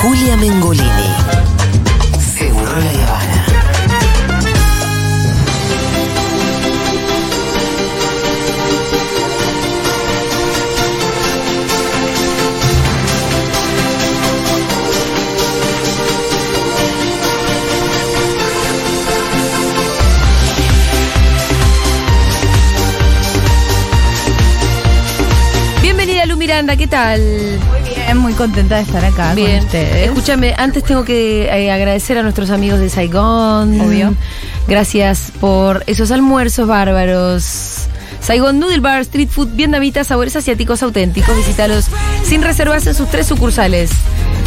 Julia Mengolini. Seguro la Habana. Bienvenida Lu Miranda, ¿qué tal? Muy bien, muy contenta de estar acá con ustedes. Escúchame, antes tengo que eh, agradecer a nuestros amigos de Saigón. Obvio. Gracias por esos almuerzos bárbaros. Saigón Noodle Bar, Street Food, vietnamita, sabores asiáticos auténticos. Visítalos sin reservas en sus tres sucursales.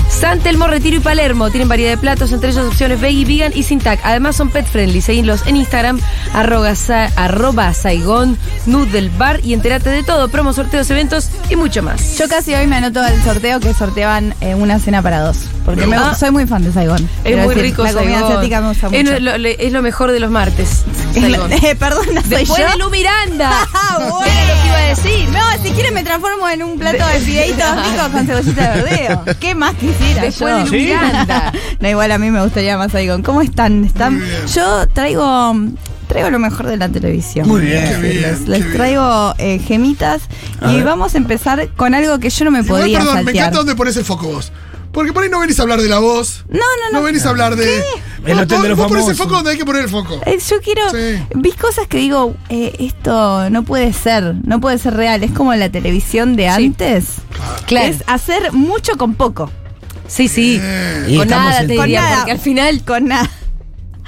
San Telmo, Retiro y Palermo tienen variedad de platos, entre ellos opciones veggie, vegan y sin tac. Además son pet friendly. Seguidlos en Instagram, arroba, sa- arroba Saigón Noodle Bar y entérate de todo, promos, sorteos, eventos y mucho más. Yo casi hoy me anoto al sorteo que sorteaban eh, una cena para dos. Porque me- Ah. soy muy fan de Saigon. Es muy rico La comida Saigón. asiática me gusta Es mucho. lo, lo- es lo mejor de los martes. Saigón. Eh, perdona, soy Después yo. de Lu Miranda. Ah, bueno. Era lo que iba a decir. No, si quieres me transformo en un plato de fideitos ricos con cebollita de verdeo. ¿Qué más quisiera Después yo? de Lu Miranda. No, igual a mí me gustaría más Saigon. ¿Cómo están? ¿Están? Yo traigo traigo lo mejor de la televisión. Muy bien. Qué bien, Les, qué les bien. traigo eh, gemitas A y ver. vamos a empezar con algo que yo no me Igual, podía perdón, me saltear. encanta dónde pones el foco vos. Porque por ahí no venís a hablar de la voz. No, no, no. venís a hablar de. Vos- El hotel de los vos ponés el famosos. foco donde hay que poner el foco. Eh, Yo quiero. Sí. Vi cosas que digo, eh, esto no puede ser, no puede ser real. Es como la televisión de antes. Claro. Es hacer mucho con poco. Sí, sí. Y con estamos nada en- te Con diría, nada. porque al final Con nada.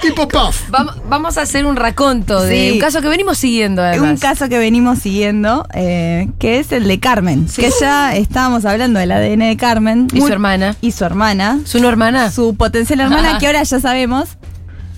Tipo puff. vam- vamos a hacer un raconto de Sí. un caso que venimos siguiendo además. Un caso que venimos siguiendo, eh, que es el de Carmen. Sí. Que ya estábamos hablando del ADN de Carmen. Y su hermana. Y su hermana. ¿Su no hermana? Su potencial hermana, Ajá. que ahora ya sabemos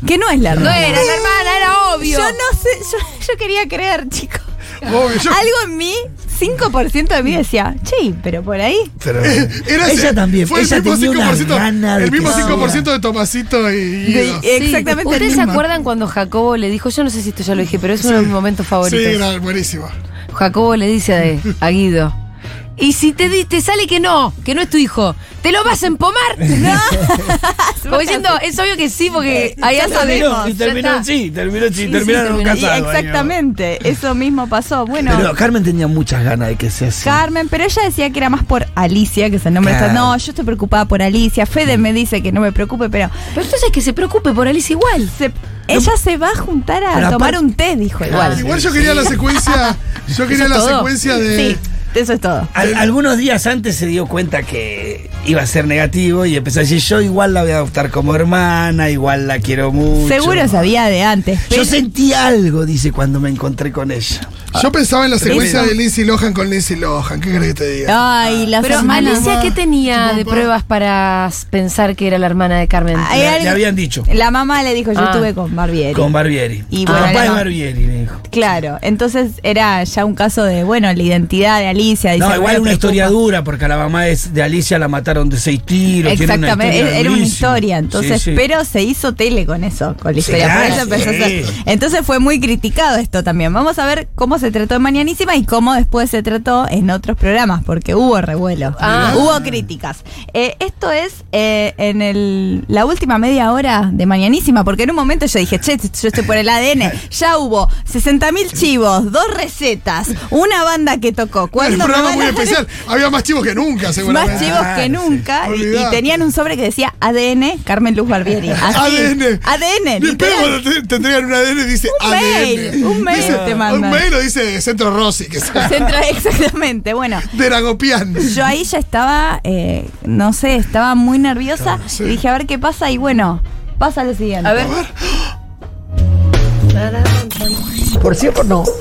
que no es la No hermana. era la hermana, era obvio. Yo no sé, yo, yo quería creer, chicos. Obvio, yo- Algo en mí, 5% de mí decía, che, pero por ahí Pero- Era ese- ella también, Fue ella el mismo tenía una 5%. gana de el mismo tesora. 5% de Tomasito y. y De- Guido. eh, exactamente el ¿Ustedes se mismo. acuerdan cuando Jacobo le dijo, yo no sé si esto ya lo dije, pero es uno de mis momentos favoritos? sí, era buenísimo. Jacobo le dice a, a Guido. Y si te, di- te sale que no, que no es tu hijo, ¿te lo vas a empomar? Como diciendo, es obvio que sí, porque ahí ya sabemos. Terminó, y ya terminó, está. sí, terminó, sí, sí, terminaron terminó. Y casados. ahí, exactamente, eso mismo pasó. Bueno, ¿no? Pero Carmen tenía muchas ganas de que sea así. Carmen, pero ella decía que era más por Alicia, que es el nombre. de esta- Claro. Mm. No, yo estoy preocupada por Alicia. Fede me dice que no me preocupe, pero Pero entonces que se preocupe por Alice igual. se- ella se va a juntar Pero a tomar aparte- un té, dijo igual. Igual yo quería la secuencia. Yo quería es la todo? secuencia de. Sí, eso es todo. Al- algunos días antes se dio cuenta que iba a ser negativo y empezó a decir, yo igual la voy a adoptar como hermana, igual la quiero mucho. Seguro sabía de antes. Yo sentí algo, dice, cuando me encontré con ella. Yo pensaba en la secuencia de Lindsay Lohan con Lindsay Lohan. ¿Qué crees que te diga? Ay, las Pero hermanas. Alicia, ¿qué tenía Su de papá. pruebas para pensar que era la hermana de Carmen? Ay, Hay Le, algo- le habían dicho, La mamá le dijo, yo Ah. estuve con Barbieri. con Barbieri. Y Tu bueno, papá es no. Barbieri, le dijo. Claro, entonces era ya un caso de, bueno, la identidad de Alicia. dice, No, "Me igual una preocupa". historia dura, porque a la mamá de, de Alicia la mataron de seis tiros. tiene una Exactamente, historia era- era una durísima. historia, entonces, Sí, sí. pero se hizo tele con eso, con la Sí, historia. por claro, eso empezó a sí. ser- Entonces fue muy criticado esto también. Vamos a ver cómo se trató en Mañanísima y cómo después se trató en otros programas, porque hubo revuelo, Ah. hubo críticas. Eh, esto es eh, en el, la última media hora de Mañanísima, porque en un momento yo dije, che, yo estoy por el ADN, ya hubo 60.000 chivos, dos recetas, una banda que tocó. Era un ¿Cuándo me programa van muy a- especial. Había más chivos que nunca, seguramente. más chivos que sí. nunca. y- y, Olvidate. tenían un sobre que decía ADN Carmen Luz Barbieri. Así. ADN. ADN. Ni pedo literal. cuando te, te entregan un ADN dice Un ADN. mail, un mail Dice- te mandan. Un mail lo dice Centro Rossi, que es Centro- exactamente. Bueno, de Ragopian. yo ahí ya estaba, eh, no sé, estaba muy nerviosa. sí. Y dije, a ver qué pasa. Y bueno, pasa lo siguiente. A ver.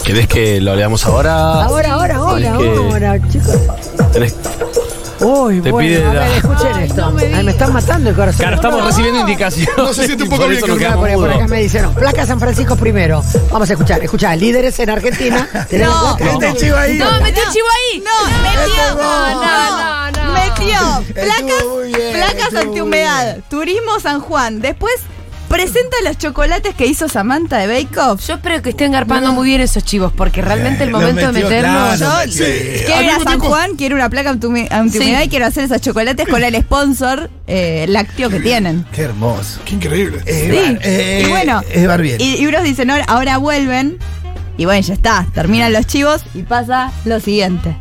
¿Querés que lo leamos ahora? Ahora, ahora, ahora, ahora, chicos. Uy, Te bueno, pide a la- ver, escuchen esto. Ay, me, están matando el corazón. Claro, estamos recibiendo indicaciones. No se siente un poco Por bien eso que nos no quedamos Por, por acá mudos. me dijeron, placa San Francisco primero. Vamos a escuchar, escuchá, líderes en Argentina. tenemos No. placa. Este chivo ahí. No, metió el chivo ahí. No, metió. No, no, no, no. Metió. Placas, muy bien, placas estuvo muy antihumedad. Turismo San Juan. Después Presenta los chocolates que hizo Samantha de Bake Off. Yo espero que estén garpando muy bien esos chivos, porque realmente este el Los momento de metió, meternos. claro, Yo sí. quiero ir a San Juan, quiero una placa antihumi- antihumedad y quiero hacer esos chocolates con el sponsor eh, lácteo que tienen. Qué hermoso. Qué increíble. Eh, Sí. Bar- eh, y bueno, eh, Barbieri. Y, y unos dicen, "Ahora- ahora vuelven. Y bueno, ya está. Terminan los chivos y pasa lo siguiente.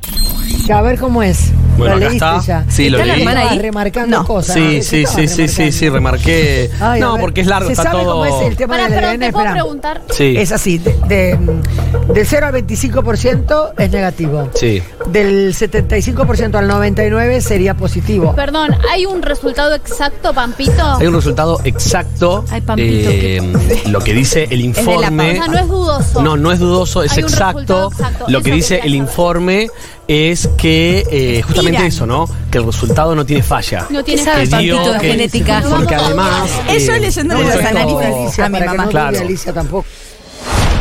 Ya, a ver cómo es. Bueno, lo acá leíste está. ya. Sí, lo Está leí. la hermana ahí No. remarcando cosas. Sí, sí, sí, sí, sí, sí, remarqué. Ay, a no, ver, porque es largo, ¿se está sabe todo. cómo es el tema Pará, del pero ADN? te puedo Esperá. preguntar. Sí. Es así, de, de, mm, del 0 al 25% es negativo. Sí. Del 75% al 99% sería positivo. Perdón, ¿hay un resultado exacto, Pampito? Hay un resultado exacto. Ay, Pampito, eh, lo que dice el de la informe. O sea, no es dudoso. No, no es dudoso, es Hay un exacto. resultado exacto, Lo que eso dice quería el saber. informe es que eh, justamente Tiran. eso, ¿no? Que el resultado no tiene falla. No ¿Qué tiene sabe el Que dio Pampito de que- genética? Porque Vamos a además. eh, dudar. Eso leyendo el los resto- análisis. a mi para que mamá. no Claro. dudie Alicia tampoco.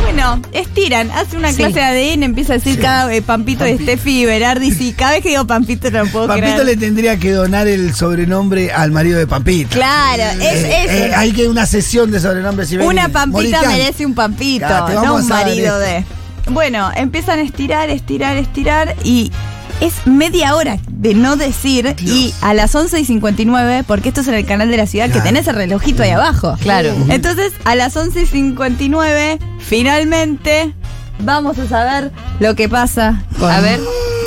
Bueno, estiran, hace una Sí. clase de ADN, empieza a decir cada eh, Pampito de Steffi Berardi, sí, cada vez que digo Pampito no puedo Pampito creer. le tendría que donar el sobrenombre al marido de Pampito. Claro, es, Eh, es eh, hay que una sesión de sobrenombres. y una ven- Pampita Moritán. merece un Pampito, Ah, te no vamos un a dar marido de. Bueno, empiezan a estirar, estirar, estirar y es media hora de no decir y a las 11 y 59, porque esto es en el canal de la ciudad que Claro. tenés el relojito ahí abajo. Claro. Entonces, a las 11 y 59, finalmente vamos a saber lo que pasa. con- A ver.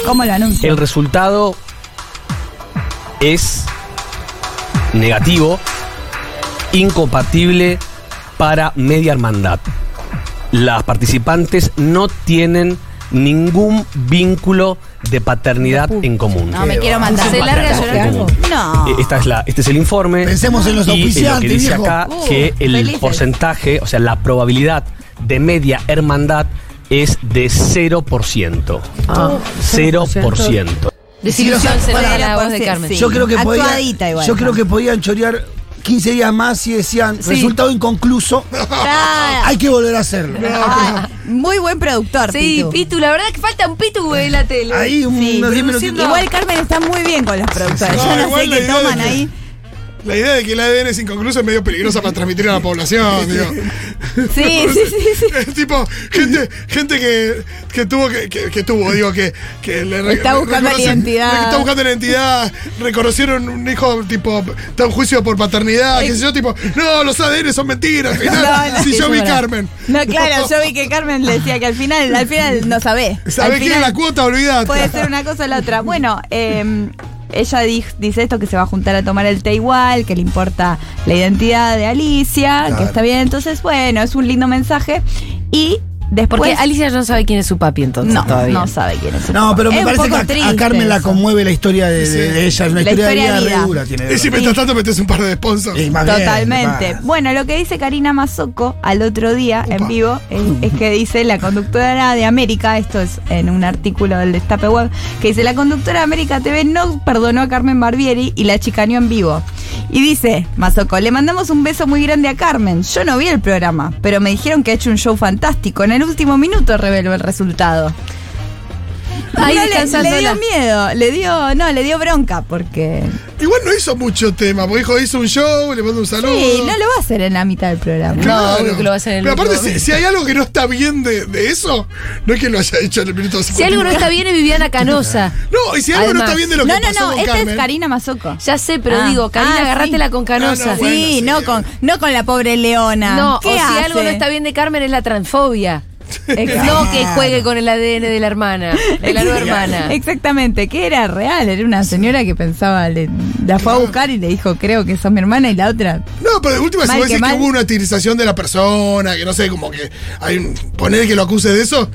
¿Cómo lo anuncia? El resultado es negativo, incompatible para media hermandad. Las participantes no tienen ningún vínculo de paternidad en común. No, me quiero matar. Se larga a Paternidad llorar. en común. No. Eh, Esta es la, este es el informe. Pensemos en los y, eh, Lo que auspiciantes, dice viejo. acá Uh, que el felices. porcentaje, o sea, la probabilidad de media hermandad es de 0%. Ah, 0%. Desilusión se le da Bueno, la voz de sí, Carmen. sí. Yo creo que podían. Actuadita igual, yo ¿no? creo que podían chorear 15 días más y decían Sí. resultado inconcluso. Ah, Hay que volver a hacerlo. ah, muy buen productor. Sí, Pitu. Pitu, la verdad que falta un Pitu güey, en la tele. Ahí un- Sí, unos 10 produciendo- minutitos. Igual Carmen está muy bien con los productores. No, Yo no igual sé la qué idea toman de que- ahí. La idea de que el ADN es inconcluso es medio peligrosa para transmitir a la población, digo. Sí, sí, sí, sí. Es tipo, gente, gente que, que tuvo, que, que- que tuvo, digo, que, que le re- Está buscando la reconocen- identidad. Está buscando la identidad, reconocieron un hijo, tipo, está en juicio por paternidad, qué sé yo, tipo, no, los ADN son mentiras, al final, No, no, si sí, yo vi seguro. Carmen. No, claro, yo vi que Carmen le decía que al final, al final no sabés. ¿Sabés Al qué? final La cuota, olvidate. Puede ser una cosa o la otra. Bueno, eh, ella di- dice esto, que se va a juntar a tomar el té igual, que le importa la identidad de Alicia, que está bien. Entonces, bueno, es un lindo mensaje. Y después... Porque Alicia no sabe quién es su papi entonces no, todavía. no sabe quién es. su No, papá. pero me Es un parece poco que a- a, triste Carmen la eso. conmueve la historia de, de- de ella. Es una La historia, historia de de vida re vida. dura. Tiene, de Y si verdad. mientras tanto metes un par de sponsors. Y más bien, Totalmente. más. bueno, lo que dice Karina Mazoco al otro día en Upa. vivo es, es que dice la conductora de América, esto es en un artículo del Destape Web, que dice la conductora de América TV no perdonó a Carmen Barbieri y la chicaneó en vivo. Y dice, Mazoco, le mandamos un beso muy grande a Carmen. Yo no vi el programa, pero me dijeron que ha hecho un show fantástico. En el último minuto reveló el resultado. Ahí No, le- descansa le, sola. dio miedo, le dio, no, le dio bronca porque... Igual no hizo mucho tema, porque dijo, hizo un show, le mando un saludo. Sí, no lo va a hacer en la mitad del programa. No, obvio que lo va a hacer en el Pero aparte, último si, si hay algo que no está bien de, de eso, no es que lo haya hecho en el minuto Si algo no está bien es Viviana Canosa. No, y si algo Además- no está bien de lo no, que no, pasó no, con esta Carmen. es Karina Mazoco. Ya sé, pero Ah. digo, Karina, Ah, sí. agárratela con Canosa. No, no, bueno, sí, sí, no eh. con, no con la pobre Leona. No, ¿Qué o si hace? algo no está bien de Carmen es la transfobia. Exacto. No que juegue con el ADN de la hermana, de la nueva hermana. Exactamente, que era real, era una señora que pensaba, le- la fue a buscar y le dijo, creo que sos mi hermana y la otra. No, pero de última, si Mal vos que decís que mal. hubo una utilización de la persona, que no sé, como que hay un, poner que lo acuse de eso,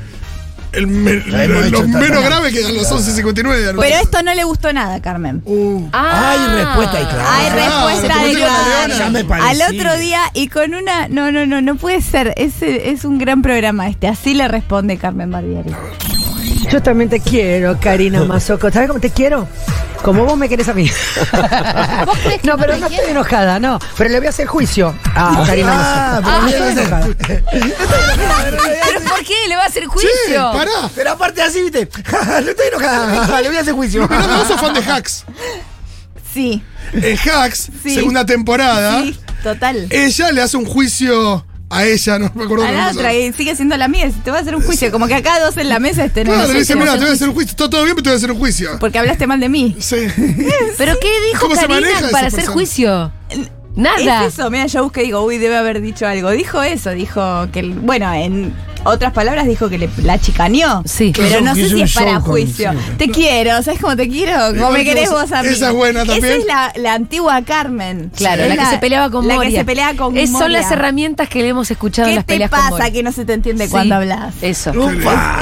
el me- hemos lo, lo hecho tanto. menos grave que a los 11.59. Pero este esto no le gustó nada, Carmen. Uh, Ah. Hay respuesta y claro. Hay Ah, respuesta ¿te de parece con Leona? Carmen. Ya me Al parecía. otro día y con una, no, no, no, no puede ser, es, es un gran programa este, así le responde Carmen Barbieri. Yo también te quiero, Karina Mazoco. ¿Sabes cómo te quiero? Como vos me querés a mí. ¿Vos crees que no, no pero te no estoy quiero? enojada, no. Pero le voy a hacer juicio a Karina Ah, Mazoco. pero No mira, estoy enojada. ¿Pero por qué? ¿Le va a hacer che, juicio? pará. Pero aparte así, viste, no estoy enojada, le voy a hacer juicio. Pero no, vos sos fan de Hacks. Sí. En Hacks, Sí. segunda temporada, Sí. Total. Ella le hace un juicio a ella, no me acuerdo A qué la cosa. otra, y sigue siendo la mía, si te va a hacer un juicio. Como que acá dos en la mesa estén Claro, no le sé, dice, te va a mira, hacer te voy a hacer un juicio. Está todo bien, pero te voy a hacer un juicio. juicio. Porque hablaste mal de mí. Sí. ¿Pero qué dijo ¿Cómo se Karina maneja esa para hacer persona? juicio? Nada. Es eso, mira, yo busqué y digo, uy, debe haber dicho algo. Dijo eso, dijo que, el- bueno, en otras palabras dijo que le- la chicaneó. Sí. Pero Hizo- no sé hizo si un es para show con- juicio. sí. Te quiero, ¿sabes cómo te quiero? Como Igual me que querés vos- vos a mí. esa es buena también. Esa es la, la antigua Carmen. Claro, Es la, que se peleaba con la Moria. que se peleaba con Es- Son Moria. las herramientas que le hemos escuchado en ¿Qué las te peleas con pasa Moria. que no se te entiende Sí, Ah. cuando hablas? Eso.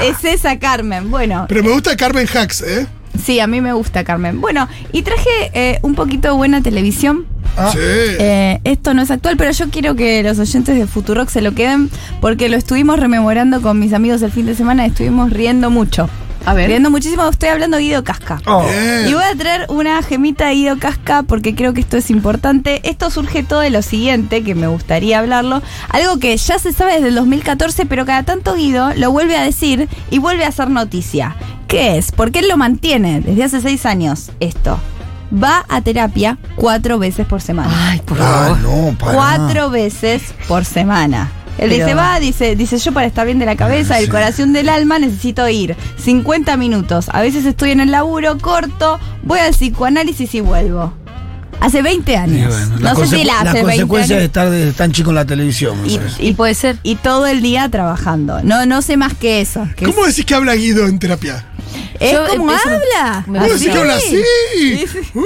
Es esa Carmen. Bueno, Pero me gusta Carmen Hacks, ¿eh? sí, a mí me gusta Carmen. Bueno, y traje eh, un poquito de buena televisión. Ah. Sí. Eh, esto no es actual, pero yo quiero que los oyentes de Futurock se lo queden porque lo estuvimos rememorando con mis amigos el fin de semana, estuvimos riendo mucho. A ver. Riendo muchísimo, estoy hablando de Guido Casca. Oh. Bien. Y voy a traer una gemita de Guido Casca porque creo que esto es importante. Esto surge todo de lo siguiente, que me gustaría hablarlo. Algo que ya se sabe desde el 2014, pero cada tanto Guido lo vuelve a decir y vuelve a hacer noticia. ¿Qué es? Porque él lo mantiene desde hace seis años, esto. Va a terapia cuatro veces por semana Ay, por Ah, favor. no, pará. cuatro veces por semana. Él Pero- dice, va, dice, dice, yo para estar bien de la cabeza, del corazón, del alma, necesito ir. 50 minutos. A veces estoy en el laburo, corto, voy al psicoanálisis y vuelvo. Hace 20 Y años. bueno, no sé si consecu- la Las hace 20 consecuencias de años. estar de- tan chico en la televisión. Y, ¿sabes? Y puede ser. y todo el día trabajando. No, no sé más que eso. que ¿Cómo decís que habla Guido en terapia? es, Yo es como empiezo- habla. me ¿Cómo parece decís que habla así? ¡Oh,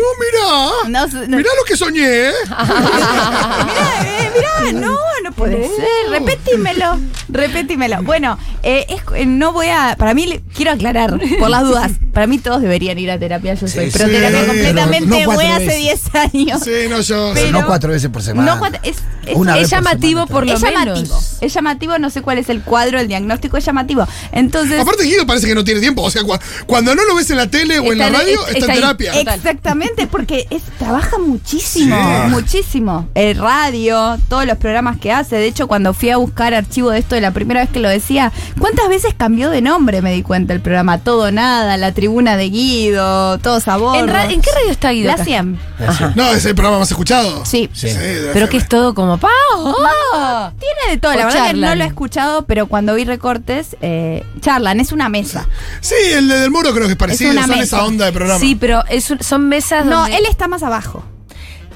mirá! No sé- no- Mirá lo que soñé, ¿eh? Mirá, eh, mirá, no, no puede ser. Repetímelo, repetímelo. Bueno, eh, es- eh, no voy a. Para mí, le- quiero aclarar, por las dudas, para mí todos deberían ir a terapia. Yo soy Sí, pro sí, terapia pero completamente. no cuatro voy hace veces. 10 años. Sí, no, yo. Pero- no cuatro veces por semana. No cuatro- es- es- Una Es vez por llamativo semana, por lo es menos. llamativo. Es llamativo, no sé cuál es el cuadro, el diagnóstico es llamativo. Entonces. Aparte, Guido parece que no tiene tiempo. O sea, cua- cuando no lo ves en la tele o en Está la en- radio, es- está, está en ahí. terapia. Ex- Exactamente, porque es, trabaja muchísimo, muchísimo. El radio, todos los programas que hace. De hecho, cuando fui a buscar archivo de esto, de la primera vez que lo decía, ¿cuántas veces cambió de nombre? Me di cuenta el programa. Todo nada, la tribuna de Guido, todo sabor. ¿En, ra- en qué radio está Guido? La Casca? 100. No, es el programa más escuchado. Sí. Sí. de Pero FM. que es todo como pa. ¡Oh! Ah, Tiene de todo, la O verdad que no charlan. lo he escuchado, pero cuando vi recortes, eh, charlan, es una mesa. Sí, el de del muro creo que es parecido. una son mesa. esa onda de programa. Sí, pero es un- son mesas No, donde. él está más abajo.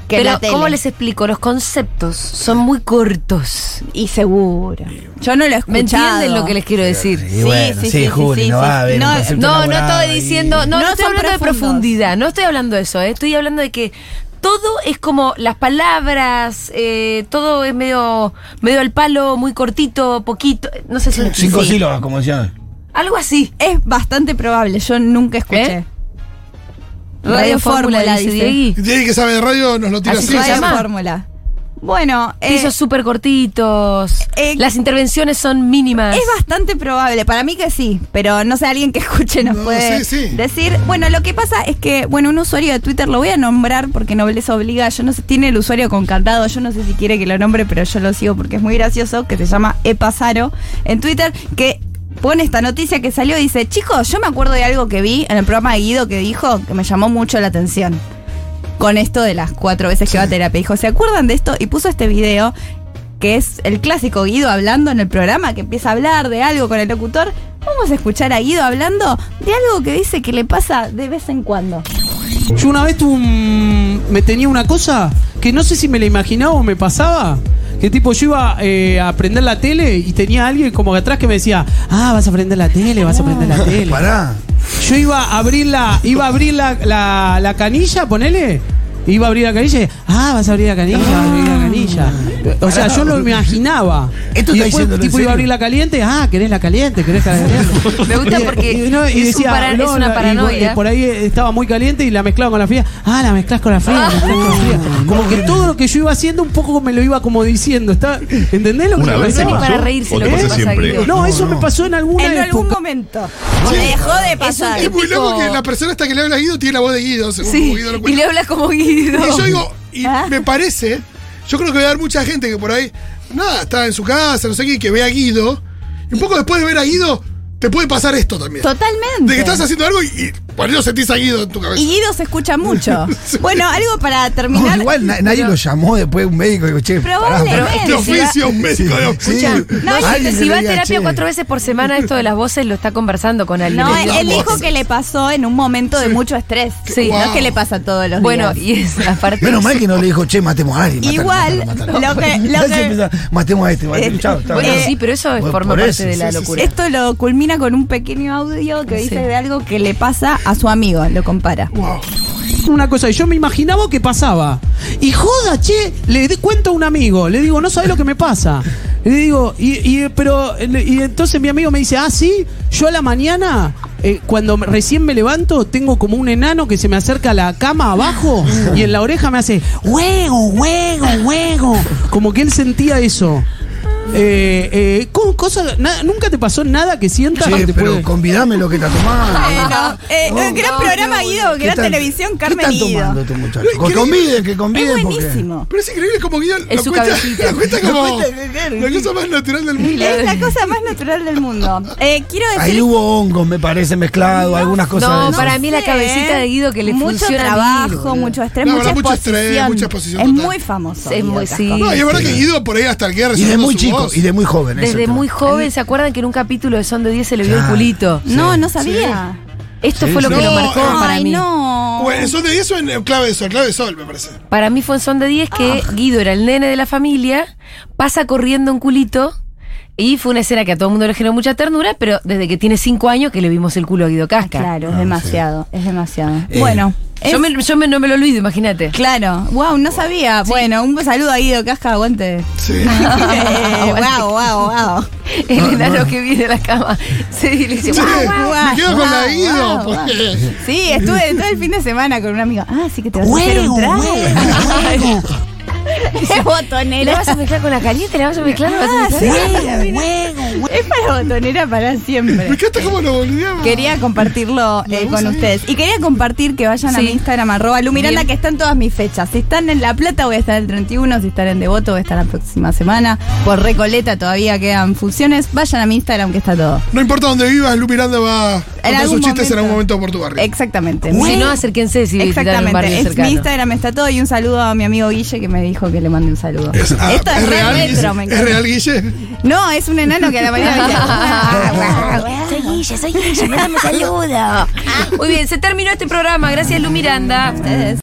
Que pero, la tele. ¿cómo les explico? Los conceptos son muy cortos. Y seguro. Yo no lo he escuchado. ¿Me entienden lo que les quiero decir? Y bueno, sí, Juli, no va a haber un concepto No, no elaborado estoy ahí. diciendo, no, No no estoy son hablando de profundos. profundidad, no estoy hablando de eso, eh, estoy hablando de que todo es como las palabras, eh, todo es medio, medio al palo, muy cortito, poquito, eh, no sé si me Cinco explico. sílabas, como decían. algo así. Es bastante probable, yo nunca escuché. ¿Eh? dice Diegui. Y Tiene que sabe de radio, nos lo tira Así así. se Radio llama. Fórmula. Bueno, eh, Pisos súper cortitos, eh, las intervenciones son mínimas. es bastante probable, para mí que sí, pero no sé, alguien que escuche nos No, puede sí, sí. decir. Bueno, lo que pasa es que, bueno, un usuario de Twitter lo voy a nombrar porque Nobleza obliga, yo no sé, tiene el usuario con candado, yo no sé si quiere que lo nombre, pero yo lo sigo porque es muy gracioso, que se llama Epasaro en Twitter, que pone esta noticia que salió y dice, chicos, yo me acuerdo de algo que vi en el programa de Guido que dijo que me llamó mucho la atención. con esto de las cuatro veces que va a terapia. Dijo, ¿se acuerdan de esto? Y puso este video, que es el clásico Guido hablando en el programa, que empieza a hablar de algo con el locutor. Vamos a escuchar a Guido hablando de algo que dice que le pasa de vez en cuando. Yo una vez tuve un- me tenía una cosa que no sé si me la imaginaba o me pasaba. Que tipo, yo iba eh, a prender la tele y tenía alguien como que atrás que me decía, ah, vas a prender la tele, vas a prender la tele. Ah. Pará. Yo iba a abrir la, iba a abrir la, la- la canilla, ponele. Iba a abrir la canilla y, ah, vas a abrir la canilla, vas a abrir la canilla. O sea, yo lo imaginaba. Esto y está después, diciéndolo en tipo, serio. iba a abrir la caliente, ah, querés la caliente, querés la caliente. Me gusta Y- porque no, es, un para- es no, una la- y paranoia. por- por ahí eh, estaba muy caliente y la mezclaba con la fría. Ah, la mezclas con la fría, la mezclás Ah. con la fría. Como que todo lo que yo iba haciendo un poco me lo iba como diciendo. Está, ¿Entendés lo que Una me vez No te pasaba? ni pasó, para reírse o lo te que pasa pasa, siempre. Guido. No, eso me pasó en alguna En algún época. momento. Le dejó de pasar. Es muy loco que la persona hasta que le habla a Guido tiene la voz de Guido, según como Sí, Guido lo y le cuenta. habla como Guido. Y yo digo, y me parece, yo creo que va a haber mucha gente que por ahí, nada, está en su casa, no sé qué, y que ve a Guido. Y un poco después de ver a Guido, te puede pasar esto también. Totalmente. De que estás haciendo algo y, y por ello sentís seguido en tu cabeza. Y Guido se escucha mucho. Bueno, algo para No, terminar. igual na- nadie lo llamó después un médico y dijo, che, pará, Probablemente. pará. de oficio, un médico de oficio. Sí. No, No, Alguien si, que va a diga, terapia "Che". cuatro veces por semana, esto de las voces lo está conversando con alguien. No, Sí, él vamos. dijo que le pasó en un momento de mucho estrés. Sí. No es Wow. que le pasa todos los Bueno, días. y es aparte. Menos mal que no le dijo, che, matemos a alguien. matar, Igual, matar, matar". lo que- lo Nadie que- empieza, matemos a este, matemos, Eh, chao, chao, Bueno, chao". sí, pero eso es Bueno, forma por parte eso, de la sí, sí, locura. Esto lo culmina con un pequeño audio que dice Sí. de algo que le pasa a su amigo, lo compara. Wow. una cosa y yo me imaginaba que pasaba. Y joda, che, le di cuenta a un amigo, le digo, no sabes lo que me pasa. Le digo, y, y- pero, y entonces mi amigo me dice, ah, sí, yo a la mañana, eh, cuando me- recién me levanto, tengo como un enano que se me acerca a la cama abajo y en la oreja me hace, huevo, huevo, huevo. Como que él sentía eso. Eh, eh, co- cosa- na- ¿Nunca te pasó nada que sientas que Che, te pero puede- convidame lo que está tomando. Bueno, eh, No, gran no, programa, Guido, ¿Qué gran tan- televisión, Carmen ¿Qué están Guido. tomando estos muchachos? Lo Que conviden, que conviden. Es porque- buenísimo. Pero es increíble como Guido lo su cuenta, cabecita. lo cuenta Lo como cuenta que- que- la cosa más natural del mundo. Es la cosa más natural del mundo. Eh, quiero decir Ahí hubo hongos, me parece, mezclado, algunas cosas. de No, esas. para mí la sé, cabecita de Guido que le mucho funciona a mil, trabajo, boludo. mucho estrés, No, mucha habrá mucho exposición. estrés, mucha exposición es total. muy famoso. Es muy- Guido sí. Casco. No, y es verdad que Guido por ahí hasta el guerra Y de muy chico, y de muy joven. eso Desde está. muy joven, ¿se acuerdan que en un capítulo de Son de 10 se le vio el Claro. culito? No, no sabía. Esto fue lo que lo No, marcó eh, para Ay, mí. no. Bueno, son de 10 o en clave de sol, clave de sol, me parece. Para mí fue en Son de 10 que Ah. Guido era el nene de la familia, pasa corriendo un culito. Y fue una escena que a todo el mundo le generó mucha ternura, pero desde que tiene cinco años que le vimos el culo a Guido Casca. Claro, es demasiado, es demasiado. Eh, bueno, es- Yo, me, yo me- no me lo olvido, imagínate. Ah, claro. Wow, no sabía. Bueno, un saludo a Guido Casca, aguante. Sí. Eh, wow, wow, wow. El enano que viene de la cama. Sí, le dice, Sí, "Guau, guau". me quedo guau, con la pues. Guido. guau, porque- Sí, estuve todo el fin de semana con un amigo. Ah, sí que te vas a hacer un huevo. trago. Es ¿La botonera. vas a mezclar con la caliente? ¿La vas a mezclar? ¿La vas a Ah, sí. mezclar? Es para botonera para siempre. Me encanta cómo lo volvíamos. Quería compartirlo eh, con ustedes. Y quería compartir que vayan a Sí. mi Instagram, arroba Lu Miranda, Bien. que están todas mis fechas. Si están en La Plata, voy a estar el 31. Si están en Devoto, voy a estar la próxima semana. Por Recoleta todavía quedan funciones. Vayan a mi Instagram, que está todo. No importa dónde vivas, Lu Miranda va a contar sus algún chistes momento. en algún momento por tu barrio. Exactamente. Si Mi- no, acérquense si visitan un barrio Exactamente, es, mi cercano. Instagram está todo y un saludo a mi amigo Guille que me dijo que le mande un saludo. Es- ah, Esto es, re real, retro, me Guille? ¿Es encanta. real, Guille? No, es un enano que a la mañana dice, "Ah, guau, guau". Soy Guille, soy Guille, me saludo. Muy bien, se terminó este programa. Gracias, Lu Miranda. Ustedes.